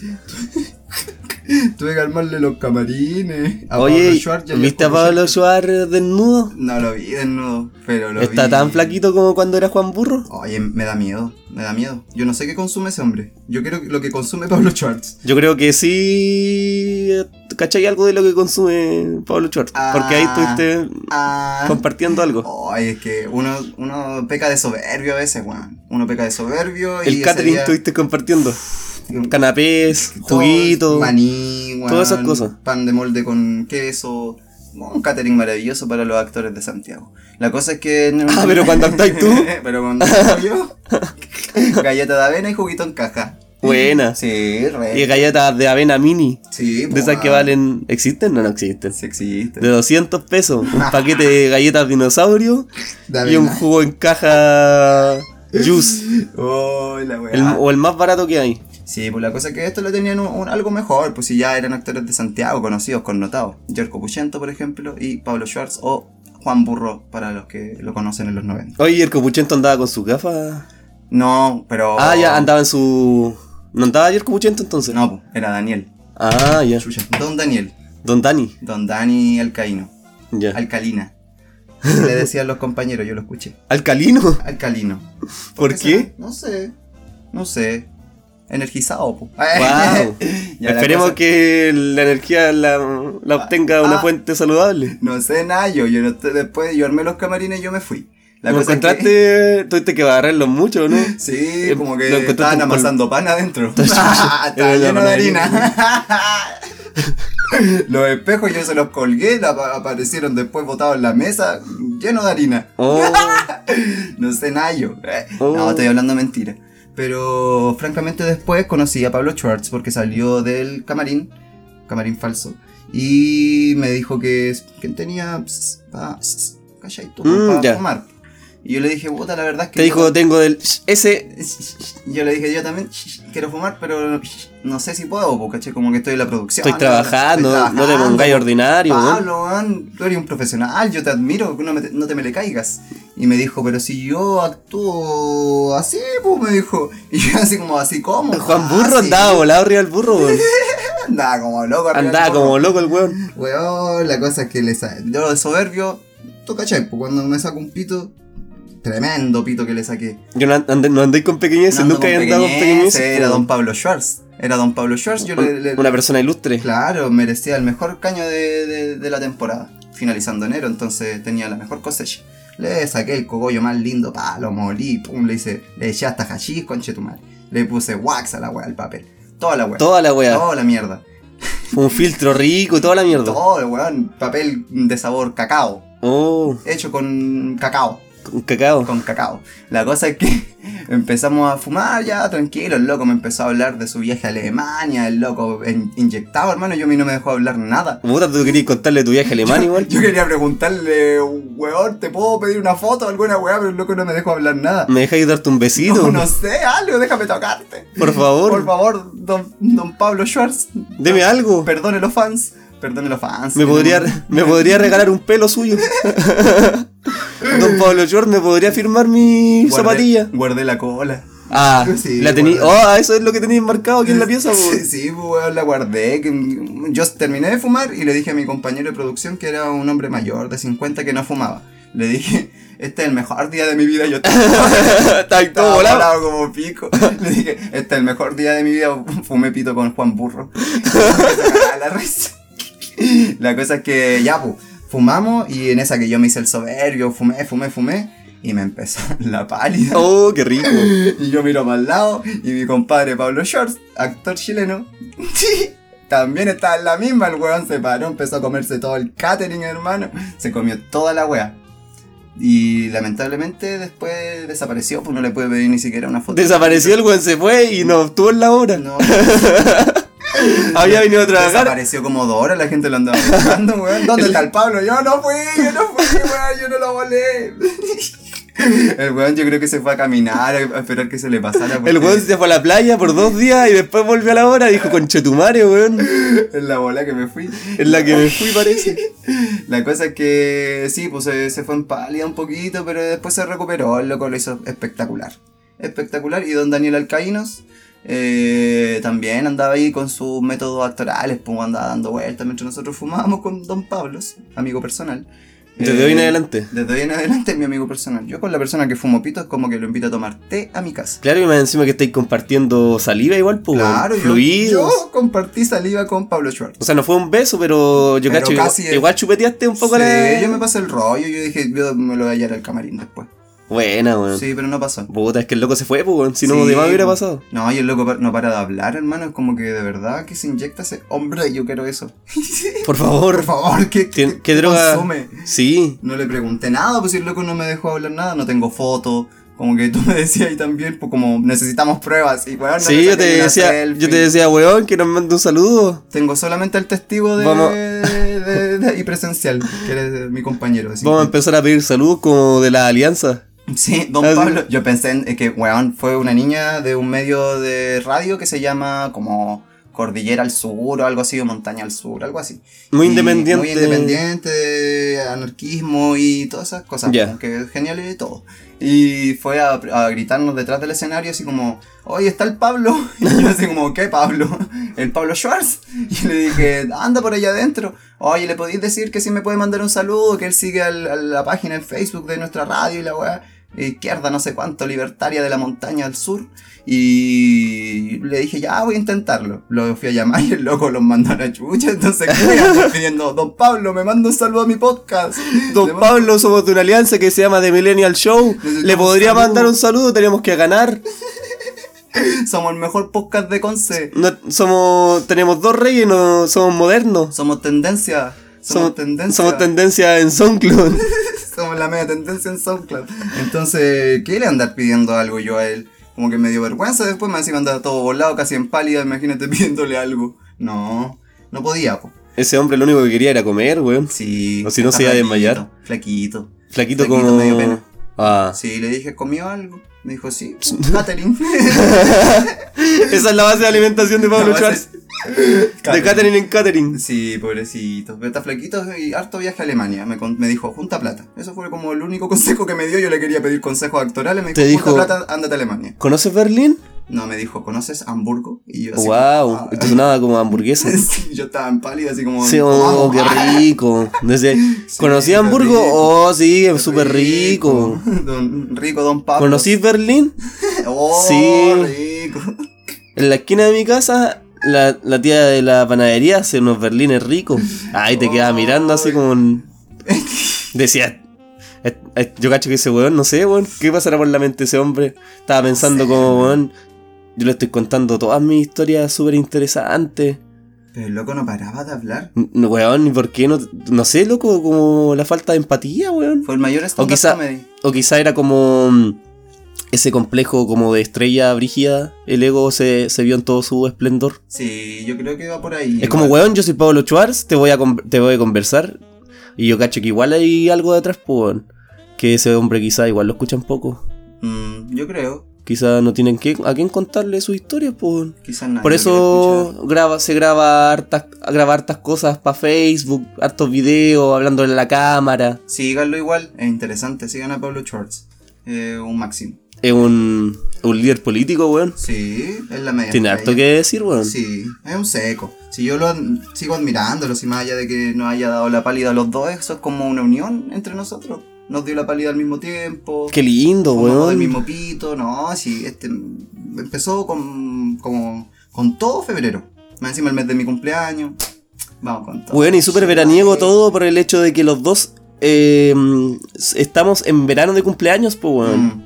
Speaker 3: Tuve que armarle los camarines. A Pablo
Speaker 2: Oye,
Speaker 3: Schwarz y al
Speaker 2: ¿viste a
Speaker 3: Jacobo
Speaker 2: Pablo
Speaker 3: Schwarz.
Speaker 2: Suárez desnudo?
Speaker 3: No lo vi desnudo, pero lo vi.
Speaker 2: ¿Está tan flaquito como cuando era Juan Burro?
Speaker 3: Oye, me da miedo, me da miedo. Yo no sé qué consume ese hombre. Yo creo que lo que consume [laughs] Pablo Schwartz.
Speaker 2: Yo creo que sí. ¿Cachai algo de lo que consume Pablo Schwartz?
Speaker 3: Ah.
Speaker 2: Porque ahí estuviste
Speaker 3: Ah.
Speaker 2: compartiendo algo.
Speaker 3: Ay, es que uno, uno peca de soberbio a veces, weón. Uno peca de soberbio y.
Speaker 2: El
Speaker 3: ese
Speaker 2: catering
Speaker 3: día-
Speaker 2: estuviste compartiendo.
Speaker 3: un-
Speaker 2: Canapés,
Speaker 3: Todo,
Speaker 2: juguitos.
Speaker 3: Maní, weón,
Speaker 2: todas esas cosas.
Speaker 3: Pan de molde con queso. Un catering maravilloso para los actores de Santiago. La cosa es que.
Speaker 2: [laughs] Ah, pero cuando actúas tú.
Speaker 3: [laughs] pero cuando actúo yo. [laughs] Galleta de avena y juguito en caja.
Speaker 2: Buenas.
Speaker 3: Sí, re.
Speaker 2: Y galletas de avena mini.
Speaker 3: sí, pues,
Speaker 2: De esas que valen. ¿Existen? No, no existen.
Speaker 3: Sí, existe.
Speaker 2: De 200 pesos.
Speaker 3: [laughs]
Speaker 2: Un paquete de galletas dinosaurio.
Speaker 3: De
Speaker 2: Y un
Speaker 3: avena.
Speaker 2: jugo en caja. Juice.
Speaker 3: [laughs] Oh, la
Speaker 2: El-
Speaker 3: weá.
Speaker 2: o el más barato que hay.
Speaker 3: Sí, pues la cosa es que esto lo tenían un- un- algo mejor, pues si ya eran actores de Santiago, conocidos, connotados. Jerko Puchento, por ejemplo, y Pablo Schwartz o Juan Burro, para los que lo conocen en los 90.
Speaker 2: Oye, el copuchento andaba con sus gafas.
Speaker 3: No, pero.
Speaker 2: Ah, ya, andaba en su. ¿No andaba ayer Copuchento entonces?
Speaker 3: Oh. No, po, era Daniel.
Speaker 2: Ah, ya.
Speaker 3: Chucha. Don Daniel.
Speaker 2: Don Dani.
Speaker 3: Don Dani Alcaíno.
Speaker 2: Ya. [laughs]
Speaker 3: Alcalina. Así Le decían los compañeros, yo lo escuché.
Speaker 2: Alcalino.
Speaker 3: Alcalino.
Speaker 2: ¿Por qué?
Speaker 3: será? No sé. No sé. Energizado, po. [laughs]
Speaker 2: Wow.
Speaker 3: [laughs] Ya, la
Speaker 2: Esperemos
Speaker 3: cosa-
Speaker 2: que la energía la, la obtenga de una
Speaker 3: ah.
Speaker 2: fuente saludable.
Speaker 3: No sé nada, yo, yo no- después de yo armé los camarines yo me fui. La
Speaker 2: ¿Lo
Speaker 3: cosa es que-
Speaker 2: encontraste? Tuviste que barrerlo mucho,
Speaker 3: [laughs]
Speaker 2: ¿no?
Speaker 3: Sí,
Speaker 2: Eh,
Speaker 3: como
Speaker 2: lo
Speaker 3: que
Speaker 2: encontraste
Speaker 3: estaban
Speaker 2: con-
Speaker 3: amasando pan
Speaker 2: [laughs]
Speaker 3: adentro. Estaba [laughs]
Speaker 2: Era la
Speaker 3: lleno de
Speaker 2: panadería.
Speaker 3: harina. [laughs] los espejos yo se los colgué, la- aparecieron después botados en la mesa, lleno de harina.
Speaker 2: Oh,
Speaker 3: No sé nada yo. Eh,
Speaker 2: Oh.
Speaker 3: No, estoy hablando mentira. Pero francamente después conocí a Pablo Schwartz porque salió del camarín, camarín falso, y me dijo que, que tenía... ps, pa- ps, calladito,
Speaker 2: Mm,
Speaker 3: pa- pa
Speaker 2: ya.
Speaker 3: fumar. Y yo le dije, puta, la verdad es que...
Speaker 2: te
Speaker 3: yo
Speaker 2: dijo, tengo del. Ese.
Speaker 3: [laughs] yo le dije, yo también quiero fumar, pero no sé si puedo, porque caché, como que estoy en la producción.
Speaker 2: Estoy trabajando,
Speaker 3: Ah, estoy
Speaker 2: no te
Speaker 3: trabajando.
Speaker 2: pongáis ordinario, weón.
Speaker 3: Pablo, weón, tú eres un profesional, yo te admiro, no, me te- no te me le caigas. Y me dijo, pero si yo actúo así, pues me dijo. [laughs] Y yo así como, así como.
Speaker 2: Juan Burro
Speaker 3: así.
Speaker 2: andaba volado arriba del burro, weón.
Speaker 3: Andaba como loco, arriba del
Speaker 2: Andaba
Speaker 3: burro.
Speaker 2: como loco el weón.
Speaker 3: Weón, la cosa es que le sa- yo de soberbio, tú cachai, pues cuando me saco un pito, tremendo pito que le saqué.
Speaker 2: Yo no, andé, no andé con pequeñeces,
Speaker 3: No,
Speaker 2: nunca he
Speaker 3: don
Speaker 2: andado con
Speaker 3: Pequeñez,
Speaker 2: pequeñeces.
Speaker 3: Era
Speaker 2: weón.
Speaker 3: don Pablo Schwartz. Era don Pablo Schwartz. Yo le, le-
Speaker 2: Una persona ilustre.
Speaker 3: Claro, merecía el mejor caño de, de- de la temporada. Finalizando enero, entonces tenía la mejor cosecha. Le saqué el cogollo más lindo, pa, lo molí, pum, le hice, le eché hasta hashish, conche tu madre. Le puse wax a la weá, al papel. Toda la weá.
Speaker 2: Toda la weá.
Speaker 3: Toda la mierda.
Speaker 2: Un filtro rico y toda la mierda.
Speaker 3: Todo el weón, papel de sabor cacao.
Speaker 2: Oh,
Speaker 3: Hecho con cacao.
Speaker 2: con cacao.
Speaker 3: con cacao. La cosa es que [laughs] empezamos a fumar ya, tranquilo, el loco me empezó a hablar de su viaje a Alemania, el loco en- inyectado, hermano, yo a mí no me dejó hablar nada. [laughs]
Speaker 2: Puta, tú querías contarle tu viaje a Alemania igual.
Speaker 3: Yo quería preguntarle, weón, ¿te puedo pedir una foto o alguna weá? Pero el loco no me dejó hablar nada.
Speaker 2: ¿Me dejáis darte un besito?
Speaker 3: No, no sé, algo, déjame tocarte.
Speaker 2: Por favor,
Speaker 3: Por favor, don, don Pablo Schwartz,
Speaker 2: deme algo.
Speaker 3: perdone los fans, Perdón los fans.
Speaker 2: Me podría, [laughs] me podría regalar un pelo
Speaker 3: [laughs]
Speaker 2: suyo. Don Pablo George me podría firmar mi
Speaker 3: Guardé-
Speaker 2: zapatilla.
Speaker 3: Guardé la cola.
Speaker 2: Ah,
Speaker 3: Sí,
Speaker 2: la tení.
Speaker 3: guardé.
Speaker 2: Oh, ah, eso es lo que tenéis marcado aquí en la pieza, po.
Speaker 3: Sí, sí, pues, weón, la guardé. que- mm, Yo terminé de fumar y le dije a mi compañero de producción que era un hombre mayor de 50 que no fumaba. Le dije, [laughs] este es el mejor día de mi vida. Yo estaba
Speaker 2: [laughs] Está ahí todo
Speaker 3: volado.
Speaker 2: volado.
Speaker 3: como pico. Le dije, este es el mejor día de mi vida. Fumé pito con
Speaker 2: [laughs]
Speaker 3: Juan Burro. [laughs] Se cagaba la risa. La cosa es que ya, pues, fumamos y en esa que yo me hice el soberbio, fumé, fumé, fumé. Y me empezó [laughs] la pálida.
Speaker 2: Oh, qué rico.
Speaker 3: Y yo miro para el lado y mi compadre Pablo Shorts, actor chileno, [laughs] también estaba en la misma. El weón se paró, empezó a comerse todo el catering, hermano. Se comió toda la wea. Y lamentablemente después desapareció, pues no le puede pedir ni siquiera una foto.
Speaker 2: Desapareció el weón, se fue y nos obtuvo en la [laughs] obra.
Speaker 3: No,
Speaker 2: Había venido a trabajar.
Speaker 3: desapareció como dos horas, la gente lo andaba buscando, weón. ¿Dónde está el Pablo? Yo no fui, yo no fui, weón, yo no lo volé. [laughs] El weón yo creo que se fue a caminar, a esperar que se le pasara.
Speaker 2: El
Speaker 3: porque-
Speaker 2: weón se fue a la playa por dos días y después volvió a la hora y dijo, conchetumare, weón.
Speaker 3: [laughs] En la bola que me fui.
Speaker 2: En la que me fui, parece.
Speaker 3: La cosa es que sí, pues se, se fue en pálida un poquito, pero después se recuperó, el loco lo hizo espectacular. Espectacular. Y don Daniel Alcaínos eh, también andaba ahí con sus métodos actorales, pues andaba dando vueltas mientras nosotros fumábamos con don Pablos, amigo personal.
Speaker 2: Desde
Speaker 3: Eh,
Speaker 2: hoy en adelante.
Speaker 3: Desde hoy en adelante es mi amigo personal. Yo con la persona que fumo pito es como que lo invito a tomar té a mi casa.
Speaker 2: Claro, y más encima que estáis compartiendo saliva igual, pues, weón.
Speaker 3: Claro, yo,
Speaker 2: fluidos.
Speaker 3: yo compartí saliva con Pablo Schwartz.
Speaker 2: O sea, no fue un beso, pero yo
Speaker 3: Pero
Speaker 2: cacho,
Speaker 3: casi
Speaker 2: igual,
Speaker 3: es-
Speaker 2: igual chupeteaste un poco
Speaker 3: Sí,
Speaker 2: la...
Speaker 3: yo me pasé el rollo, yo dije, yo me lo voy a hallar al camarín después.
Speaker 2: Buena, weón.
Speaker 3: Sí, pero no pasó.
Speaker 2: Puta, es que el loco se fue, pues, weón. Si no,
Speaker 3: Sí,
Speaker 2: de más hubiera
Speaker 3: po.
Speaker 2: pasado.
Speaker 3: No, y el loco pa- no para de hablar, hermano. Es como que de verdad que se inyecta ese. Hombre, yo quiero eso.
Speaker 2: Por
Speaker 3: Por
Speaker 2: favor.
Speaker 3: favor, ¿qué,
Speaker 2: Tien- ¿Qué droga?
Speaker 3: consume?
Speaker 2: Sí.
Speaker 3: No le pregunté nada, pues si el loco no me dejó hablar nada. No tengo foto. Como que tú [laughs] me decías ahí también, pues como necesitamos pruebas. Y bueno, no me
Speaker 2: sí, yo te,
Speaker 3: saqué ni una
Speaker 2: decía,
Speaker 3: selfie.
Speaker 2: yo te decía, weón, que nos mande un saludo.
Speaker 3: Tengo solamente el testigo de,
Speaker 2: Vamos.
Speaker 3: de- de- de- y presencial, que eres eh, mi compañero. así
Speaker 2: Vamos a
Speaker 3: que-
Speaker 2: empezar a pedir saludos como de la alianza.
Speaker 3: Sí, don
Speaker 2: Así.
Speaker 3: Pablo. Yo pensé en, eh, que, weón, fue una niña de un medio de radio que se llama como Cordillera al Sur o algo así, o Montaña al Sur, algo así.
Speaker 2: Muy
Speaker 3: Y
Speaker 2: independiente.
Speaker 3: Muy independiente, anarquismo y todas esas cosas,
Speaker 2: Ya.
Speaker 3: como que es genial y todo. Y fue a, a gritarnos detrás del escenario así como, oye, está el Pablo. [laughs] Y yo así como, ¿qué Pablo? [laughs] ¿El Pablo Schwartz? [laughs] Y le dije, anda por allá adentro. Oye, ¿le podéis decir que si me puede mandar un saludo? Que él sigue al- a la página en Facebook de nuestra radio y la weá. Eh, Izquierda, no sé cuánto, libertaria de la montaña al sur. Y le dije, ya voy a intentarlo. Lo fui a llamar y el loco los mandó a la chucha. Entonces, ¿qué ando pidiendo? Don Pablo, me manda un saludo a mi podcast. Le
Speaker 2: Don
Speaker 3: mando-
Speaker 2: Pablo, somos de una alianza que se llama The Millennial Show. Le podría
Speaker 3: saludos.
Speaker 2: mandar un saludo, tenemos que ganar.
Speaker 3: Somos el mejor podcast de Conce.
Speaker 2: No, somos, tenemos dos reyes, no, somos modernos.
Speaker 3: Somos tendencia. Somos, tendencia.
Speaker 2: somos tendencia en SoundCloud. [laughs]
Speaker 3: Somos la media tendencia en SoundCloud. Entonces, ¿qué le andar pidiendo algo yo a él? Como que me dio vergüenza después, me encima andaba todo volado, casi en pálida, imagínate [laughs] pidiéndole algo. No, no podía, po.
Speaker 2: Ese hombre lo único que quería era comer, weón.
Speaker 3: Sí.
Speaker 2: O si no
Speaker 3: está
Speaker 2: se iba a
Speaker 3: flaquito,
Speaker 2: desmayar.
Speaker 3: Flaquito.
Speaker 2: Flaquito
Speaker 3: Flaquito,
Speaker 2: como...
Speaker 3: medio pena.
Speaker 2: Ah.
Speaker 3: Sí, le dije, ¿comió algo? Me
Speaker 2: [laughs]
Speaker 3: dijo, sí, Catherine.
Speaker 2: Esa es la base de alimentación de Pablo Schwartz. [laughs] De catering en catering.
Speaker 3: Sí, pobrecito. Pero está flaquito y harto viaje a Alemania. Me, con- me dijo, junta plata. Eso fue como el único consejo que me dio. Yo le quería pedir consejos actorales. Me
Speaker 2: Te
Speaker 3: dijo,
Speaker 2: dijo-
Speaker 3: junta plata, ándate a Alemania.
Speaker 2: ¿Conoces Berlín?
Speaker 3: No, me dijo, ¿conoces Hamburgo? Y yo así.
Speaker 2: Wow,
Speaker 3: como,
Speaker 2: esto sonaba como hamburguesa.
Speaker 3: ah. [laughs] Sí, yo estaba en pálida, así como.
Speaker 2: Sí, oh,
Speaker 3: "Vamos,
Speaker 2: qué
Speaker 3: ah".
Speaker 2: rico. Desde, ¿Conocí
Speaker 3: qué
Speaker 2: Hamburgo?
Speaker 3: rico.
Speaker 2: Oh, sí, es súper rico.
Speaker 3: Ah, [laughs] Don, rico, don Pablo.
Speaker 2: ¿Conocí Berlín?
Speaker 3: Oh,
Speaker 2: Sí.
Speaker 3: rico. [laughs]
Speaker 2: En la esquina de mi casa, la, la tía de la panadería hace unos berlines ricos. Ahí te quedaba mirando así como... un- Decía... "Eh, eh, Yo cacho que ese weón, no sé, weón. ¿Qué pasará por la mente de ese hombre? Estaba pensando como, weón... Yo le estoy contando todas mis historias súper interesantes.
Speaker 3: Pero el loco no paraba de hablar.
Speaker 2: N- Weón, ¿y por qué no? No sé, loco, como la falta de empatía, weón.
Speaker 3: Fue el mayor
Speaker 2: O
Speaker 3: stand-up
Speaker 2: quizá,
Speaker 3: comedy.
Speaker 2: o quizá era como mm, ese complejo como de estrella brígida, el ego se, se vio en todo su esplendor.
Speaker 3: Sí, yo creo que va por ahí.
Speaker 2: Es como,
Speaker 3: Igual.
Speaker 2: weón, yo soy Pablo Schwartz, te voy a, con- te voy a conversar. Y yo cacho que igual hay algo detrás, pues, weón. Que ese hombre quizá igual lo escuchan poco.
Speaker 3: Mm, yo creo.
Speaker 2: Quizás no tienen que, a quién contarle su historia, pues.
Speaker 3: Quizás nadie
Speaker 2: Por
Speaker 3: Ah, lo quiere
Speaker 2: eso
Speaker 3: escuchar.
Speaker 2: graba, se graba hartas, graba hartas cosas para Facebook, hartos videos, hablando en la cámara.
Speaker 3: Síganlo igual, es interesante. Sigan a Pablo Schwartz, eh, un máximo.
Speaker 2: Es un, un líder político, weón.
Speaker 3: Sí, es la media.
Speaker 2: Tiene harto que decir, weón.
Speaker 3: Sí, es un seco. Si yo lo ad- sigo admirándolo, si más allá de que nos haya dado la pálida a los dos, eso es como una unión entre nosotros. Nos dio la pálida al mismo tiempo.
Speaker 2: Qué lindo,
Speaker 3: Como del
Speaker 2: weón.
Speaker 3: mismo pito, no, sí, este empezó con, como, con todo febrero. Más encima el mes de mi cumpleaños. Vamos con todo.
Speaker 2: Weón, y súper
Speaker 3: Sí,
Speaker 2: veraniego
Speaker 3: sí.
Speaker 2: todo por el hecho de que los dos eh, estamos en verano de cumpleaños, pues, weón.
Speaker 3: Mm,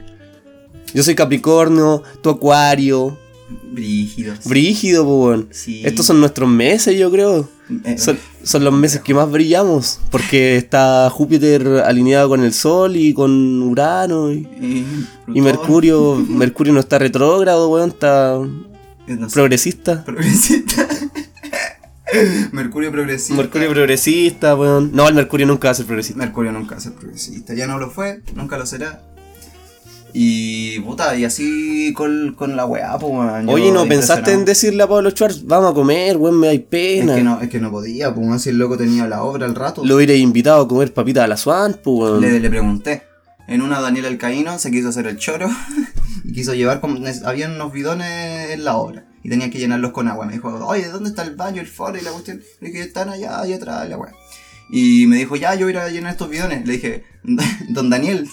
Speaker 2: Yo soy Capricornio, tú Acuario,
Speaker 3: brígido.
Speaker 2: Brígido, pues, weón.
Speaker 3: Sí.
Speaker 2: Estos son nuestros meses, yo creo.
Speaker 3: Eh,
Speaker 2: Son, son los meses que más brillamos, porque está Júpiter alineado con el Sol y con Urano y,
Speaker 3: y
Speaker 2: y
Speaker 3: Plutón, [laughs]
Speaker 2: Mercurio. Mercurio no está retrógrado, weón, está
Speaker 3: eh, no sé,
Speaker 2: progresista.
Speaker 3: [laughs] progresista. Mercurio progresista.
Speaker 2: Mercurio progresista, weón. No, el Mercurio nunca va a ser progresista.
Speaker 3: Mercurio nunca va a ser progresista, ya no lo fue, nunca lo será. Y puta, y así con, con la weá, pues weón, yo
Speaker 2: Oye, ¿no
Speaker 3: impresionado.
Speaker 2: pensaste en decirle a Pablo Schwartz, vamos a comer, weón, me da
Speaker 3: Es
Speaker 2: pena?
Speaker 3: que, no, es que no podía, pues weón, si el loco tenía la obra al rato.
Speaker 2: Lo hubiera invitado a comer papitas a la Swan, pues, weón.
Speaker 3: Le, le pregunté. En una Daniel Alcaíno se quiso hacer el choro [laughs] y quiso llevar como había unos bidones en la obra y tenía que llenarlos con agua. Me dijo, oye, ¿dónde está el baño, el foro y la cuestión? Le dije, están allá, allá atrás, la weá. Y me dijo, ya, yo voy a ir a llenar estos bidones. Le dije, [laughs] don Daniel,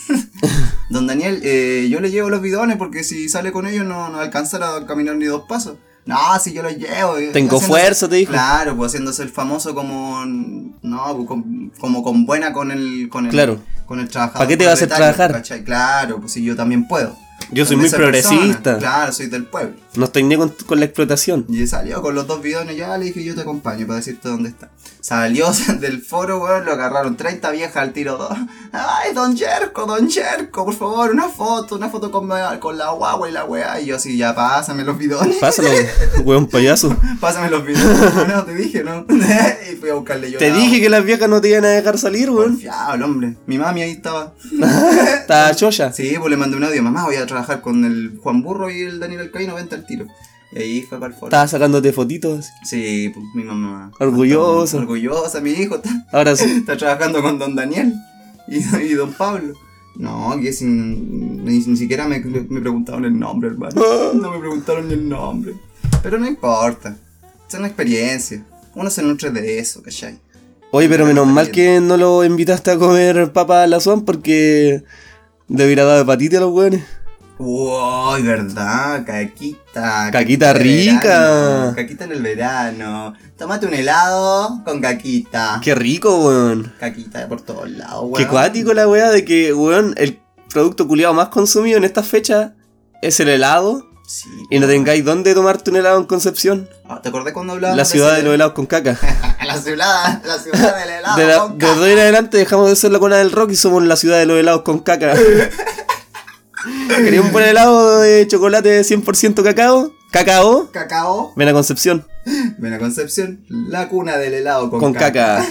Speaker 3: [laughs] don Daniel, eh, yo le llevo los bidones porque si sale con ellos no, no alcanzará a caminar ni dos pasos. No, si yo los llevo. eh,
Speaker 2: Tengo
Speaker 3: haciendo-
Speaker 2: fuerza, te dijo.
Speaker 3: Claro, pues haciéndose el famoso como. No, pues, con- como con buena con el. Con el
Speaker 2: Claro.
Speaker 3: Con el trabajador.
Speaker 2: ¿Para qué te va a hacer
Speaker 3: proletario,
Speaker 2: trabajar?
Speaker 3: ¿cachai? Claro, pues si yo también puedo.
Speaker 2: Yo soy
Speaker 3: Con
Speaker 2: muy
Speaker 3: esa persona,
Speaker 2: progresista.
Speaker 3: claro, soy del pueblo.
Speaker 2: No estoy ni con, con la explotación.
Speaker 3: Y salió con los dos bidones, ya le dije yo te acompaño para decirte dónde está. Salió [laughs] del foro, weón, lo agarraron 30 viejas al tiro. dos. Ay, don Jerko, don Jerko, por favor, una foto, una foto con, con la guagua y la weá. Y yo así, ya pásame los bidones.
Speaker 2: Pásalo, weón payaso.
Speaker 3: [laughs] Pásame los videos. [laughs] No, te dije, ¿no? y fui a buscarle yo.
Speaker 2: Te dije que las viejas no te iban a dejar salir,
Speaker 3: [laughs]
Speaker 2: weón.
Speaker 3: Confiable, hombre. Mi mami ahí estaba.
Speaker 2: Está choya.
Speaker 3: Sí, pues le mandé un audio. Mamá, voy a trabajar con el Juan Burro y el Daniel Alcaíno. Vente al tiro. Y ahí fue para el foro.
Speaker 2: Estaba sacándote fotitos.
Speaker 3: Sí, pues mi mamá.
Speaker 2: Orgullosa.
Speaker 3: Orgullosa, mi hijo. Está,
Speaker 2: Ahora sí.
Speaker 3: [laughs] está trabajando con don Daniel y, y don Pablo. No, que sin, ni, ni siquiera me, me preguntaron el nombre, hermano. No me preguntaron ni el nombre. Pero no importa. Son experiencias. Uno se nutre de eso, ¿cachai?
Speaker 2: Oye, pero menos mal que no lo invitaste a comer papa a la Swan porque le hubiera dado hepatitis a los weones.
Speaker 3: Uy, verdad, caquita.
Speaker 2: Caquita
Speaker 3: en el
Speaker 2: rica.
Speaker 3: verano, caquita en el verano. Tómate un helado con caquita.
Speaker 2: Qué rico, weón.
Speaker 3: Caquita por todos lados, weón.
Speaker 2: Qué cuático la weá de que, weón, el producto culiado más consumido en esta fecha es el helado
Speaker 3: Sí.
Speaker 2: y no tengáis dónde tomarte un helado en Concepción.
Speaker 3: Ah, ¿Te acordás cuando hablábamos?
Speaker 2: La ciudad de
Speaker 3: ese-
Speaker 2: los helados con caca.
Speaker 3: [laughs] la ciudad, la ciudad
Speaker 2: [laughs]
Speaker 3: del helado.
Speaker 2: De, [laughs] la,
Speaker 3: con
Speaker 2: de
Speaker 3: caca.
Speaker 2: hoy en adelante dejamos de ser la cuna del rock y somos la ciudad de los helados con [laughs] caca. ¿Quería un buen helado de chocolate 100% cacao? ¿Cacao?
Speaker 3: Cacao.
Speaker 2: Ven a Concepción,
Speaker 3: Ven a Concepción, la cuna del helado con,
Speaker 2: con, caca.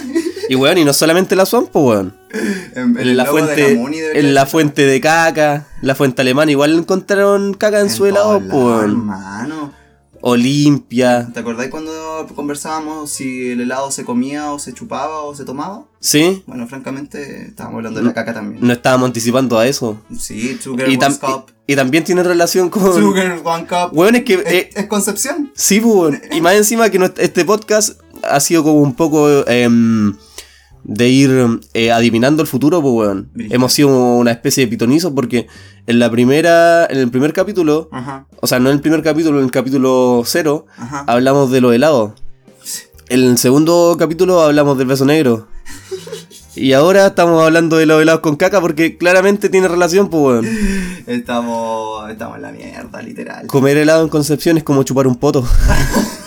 Speaker 2: Y weón, y no solamente la Swamp, pues weón.
Speaker 3: [laughs] En, en
Speaker 2: En la,
Speaker 3: el logo de
Speaker 2: fuente,
Speaker 3: Gamuni debería
Speaker 2: en la
Speaker 3: estar.
Speaker 2: fuente de caca, la fuente alemana, igual encontraron caca en,
Speaker 3: En
Speaker 2: su helado,
Speaker 3: todos
Speaker 2: pues
Speaker 3: lados,
Speaker 2: weón.
Speaker 3: hermano.
Speaker 2: Olimpia,
Speaker 3: ¿Te acordás cuando conversábamos si el helado se comía o se chupaba o se tomaba?
Speaker 2: ¿sí?
Speaker 3: Bueno, francamente, estábamos hablando de la caca también.
Speaker 2: No estábamos anticipando a eso.
Speaker 3: Sí, Sugar
Speaker 2: Y,
Speaker 3: One
Speaker 2: tam-
Speaker 3: Cup.
Speaker 2: y, y también tiene relación con...
Speaker 3: Sugar One Cup.
Speaker 2: Weón, es que...
Speaker 3: [laughs] Es,
Speaker 2: eh,
Speaker 3: es Concepción.
Speaker 2: Sí, pues, bueno. y más encima que nuestro- este podcast ha sido como un poco em, de ir eh, adivinando el futuro, pues, weón.
Speaker 3: Brígido.
Speaker 2: Hemos sido una especie de pitonizo porque en la primera, en el primer capítulo,
Speaker 3: Ajá,
Speaker 2: o sea, no en el primer capítulo, en el capítulo cero,
Speaker 3: ajá.
Speaker 2: hablamos de los helados. En el segundo capítulo hablamos del beso negro. Y ahora estamos hablando de los helados con caca porque claramente tiene relación, pues, weón.
Speaker 3: Estamos, estamos en la mierda, literal.
Speaker 2: Comer helado en Concepción es como chupar un poto. [laughs]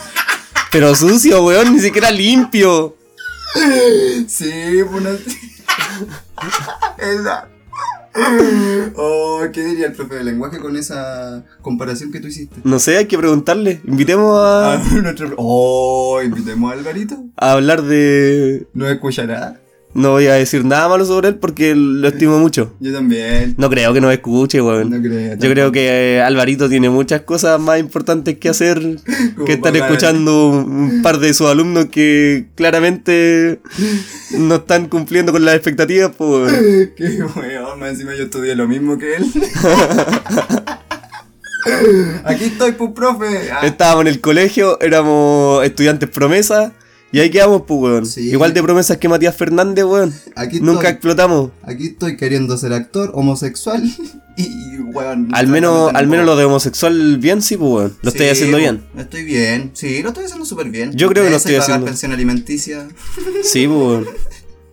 Speaker 2: Pero sucio, weón, ni siquiera limpio.
Speaker 3: Sí, bueno. [laughs] esa. Oh, ¿qué diría el profe de lenguaje con esa comparación que tú hiciste?
Speaker 2: No sé, hay que preguntarle. Invitemos a,
Speaker 3: Ah, nuestro- Oh, invitemos a Alvarito.
Speaker 2: a hablar de.
Speaker 3: ¿No escuchará?
Speaker 2: No voy a decir nada malo sobre él porque lo estimo mucho.
Speaker 3: Yo también.
Speaker 2: No creo que nos escuche, weón.
Speaker 3: No creo.
Speaker 2: Yo creo que eh, Alvarito tiene muchas cosas más importantes que hacer
Speaker 3: [laughs] Como
Speaker 2: que estar
Speaker 3: para-
Speaker 2: escuchando un- un par de sus alumnos que claramente no están cumpliendo con las expectativas. Pues, weón.
Speaker 3: [laughs] Qué weón, más encima yo estudié lo mismo
Speaker 2: [laughs]
Speaker 3: que él. Aquí estoy, pues, profe. Ah,
Speaker 2: Estábamos en el colegio, éramos estudiantes promesa y ahí quedamos, pues, weón.
Speaker 3: Sí.
Speaker 2: Igual de promesas que Matías Fernández, weón.
Speaker 3: aquí,
Speaker 2: Nunca
Speaker 3: estoy,
Speaker 2: explotamos.
Speaker 3: aquí estoy queriendo ser actor homosexual. [laughs] Y, weón.
Speaker 2: Al menos, al menos lo de homosexual bien, sí, pues, weón. Lo estoy
Speaker 3: Sí,
Speaker 2: haciendo bien.
Speaker 3: Lo estoy bien, sí, lo estoy haciendo súper bien.
Speaker 2: Yo creo que lo
Speaker 3: Merece
Speaker 2: estoy
Speaker 3: pagar
Speaker 2: haciendo.
Speaker 3: pensión alimenticia.
Speaker 2: Sí, pues, weón.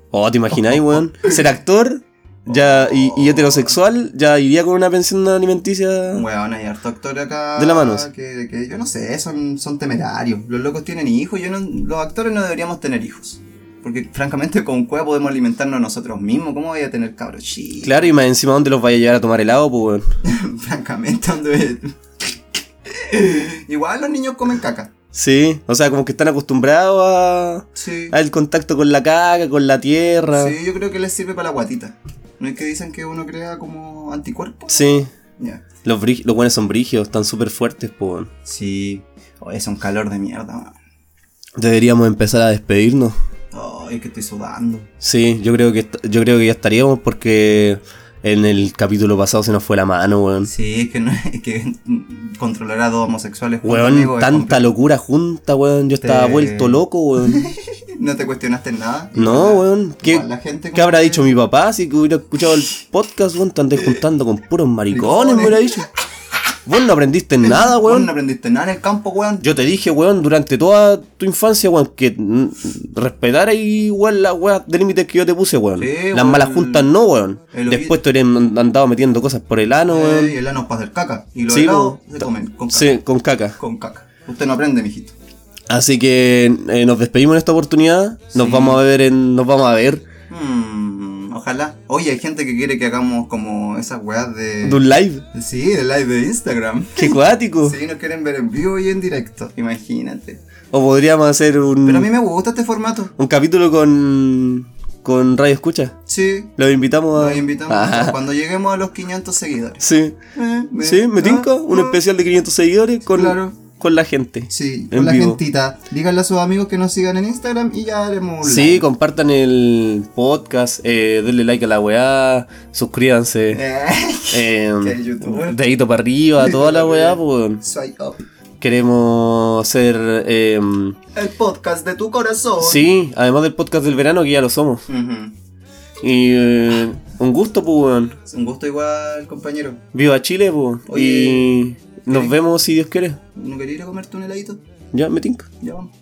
Speaker 2: Oh, ¿te imagináis, weón? Ser actor ya, y, y heterosexual ya iría con una pensión alimenticia.
Speaker 3: Weón, hay harto actor acá.
Speaker 2: Ah. De la manos.
Speaker 3: Que, que yo no sé, son, son temerarios. Los locos tienen hijos. Yo no, los actores no deberíamos tener hijos. Porque francamente con cueva podemos alimentarnos nosotros mismos. ¿Cómo voy a tener cabros chicos?
Speaker 2: Claro, y más encima, ¿dónde los vaya a llevar a tomar helado, pues, weón?
Speaker 3: [laughs] francamente, ¿dónde Igual los niños comen caca.
Speaker 2: Sí, o sea, como que están acostumbrados a.
Speaker 3: Sí.
Speaker 2: al contacto con la caca, con la tierra.
Speaker 3: Sí, yo creo que les sirve para la guatita. ¿No es que dicen que uno crea como anticuerpos?
Speaker 2: Sí.
Speaker 3: Ya.
Speaker 2: Los, brig- los buenos son brigios, están súper fuertes, po. weón.
Speaker 3: Sí. Oye, es un calor de mierda, man.
Speaker 2: Deberíamos empezar a despedirnos.
Speaker 3: Oh, es que estoy sudando.
Speaker 2: Sí, yo creo que est- yo creo que ya estaríamos porque en el capítulo pasado se nos fue la mano, weón.
Speaker 3: Sí, es que, no, es que controlar a dos homosexuales juntos, amigo,
Speaker 2: Weón,
Speaker 3: es
Speaker 2: tanta locura junta, weón. Yo estaba
Speaker 3: Te-
Speaker 2: vuelto loco, weón.
Speaker 3: compli- ¿No te cuestionaste nada?
Speaker 2: No, weón. ¿Qué,
Speaker 3: Igual la gente
Speaker 2: qué
Speaker 3: como
Speaker 2: habrá
Speaker 3: que-
Speaker 2: dicho mi papá si que hubiera escuchado el podcast, weón? Te andás juntando con puros maricones, me hubiera
Speaker 3: [laughs]
Speaker 2: dicho. Vos no aprendiste nada,
Speaker 3: Vos
Speaker 2: weón.
Speaker 3: no aprendiste nada en el campo, weón.
Speaker 2: Yo te dije, weón, durante toda tu infancia, weón, que mm, respetara igual las weas de límites que yo te puse, weón.
Speaker 3: Sí,
Speaker 2: las
Speaker 3: weón.
Speaker 2: malas juntas no, weón.
Speaker 3: El oído-
Speaker 2: Después te hubieran andado metiendo cosas por el ano,
Speaker 3: Eh, y
Speaker 2: weón.
Speaker 3: el ano es para hacer caca. Y los
Speaker 2: Sí,
Speaker 3: helados
Speaker 2: weón.
Speaker 3: se comen con caca.
Speaker 2: Sí, con caca.
Speaker 3: Con caca. Usted no aprende, mijito.
Speaker 2: Así que eh, nos despedimos en esta oportunidad. Nos
Speaker 3: Sí.
Speaker 2: vamos a ver en. Nos vamos a ver.
Speaker 3: Hmm, ojalá. Oye, hay gente que quiere que hagamos como esas weas de...
Speaker 2: De un live.
Speaker 3: Sí, de live de Instagram.
Speaker 2: Qué cuático.
Speaker 3: Sí, nos quieren ver en vivo y en directo. Imagínate.
Speaker 2: O podríamos hacer un.
Speaker 3: Pero a mí me gusta este formato.
Speaker 2: un capítulo con. con Radio Escucha.
Speaker 3: Sí.
Speaker 2: Los invitamos a.
Speaker 3: Los invitamos
Speaker 2: Ajá.
Speaker 3: cuando lleguemos a los 500 seguidores.
Speaker 2: Sí.
Speaker 3: Eh, me-
Speaker 2: Sí, me
Speaker 3: ah,
Speaker 2: tinca. Un
Speaker 3: ah,
Speaker 2: especial de 500 seguidores con,
Speaker 3: Claro.
Speaker 2: con la gente.
Speaker 3: Sí,
Speaker 2: en
Speaker 3: con la
Speaker 2: vivo.
Speaker 3: gentita. Díganle a sus amigos que nos sigan en Instagram y ya haremos un
Speaker 2: Sí,
Speaker 3: live.
Speaker 2: compartan el podcast, eh, denle like a la weá, suscríbanse.
Speaker 3: Eh, [laughs]
Speaker 2: eh,
Speaker 3: que youtuber.
Speaker 2: dedito para arriba,
Speaker 3: [laughs]
Speaker 2: toda la weá, pues.
Speaker 3: Swipe up.
Speaker 2: Queremos ser. eh,
Speaker 3: El podcast de tu corazón.
Speaker 2: sí, además del podcast del verano, que ya lo somos.
Speaker 3: Ujú.
Speaker 2: Y eh, un gusto, pues, weón.
Speaker 3: Es un gusto igual, compañero.
Speaker 2: Viva Chile, pues.
Speaker 3: Oye,
Speaker 2: Y nos
Speaker 3: ¿qué?
Speaker 2: vemos si Dios quiere.
Speaker 3: ¿No quería ir a comerte un heladito?
Speaker 2: Ya, me tinca.
Speaker 3: Ya vamos.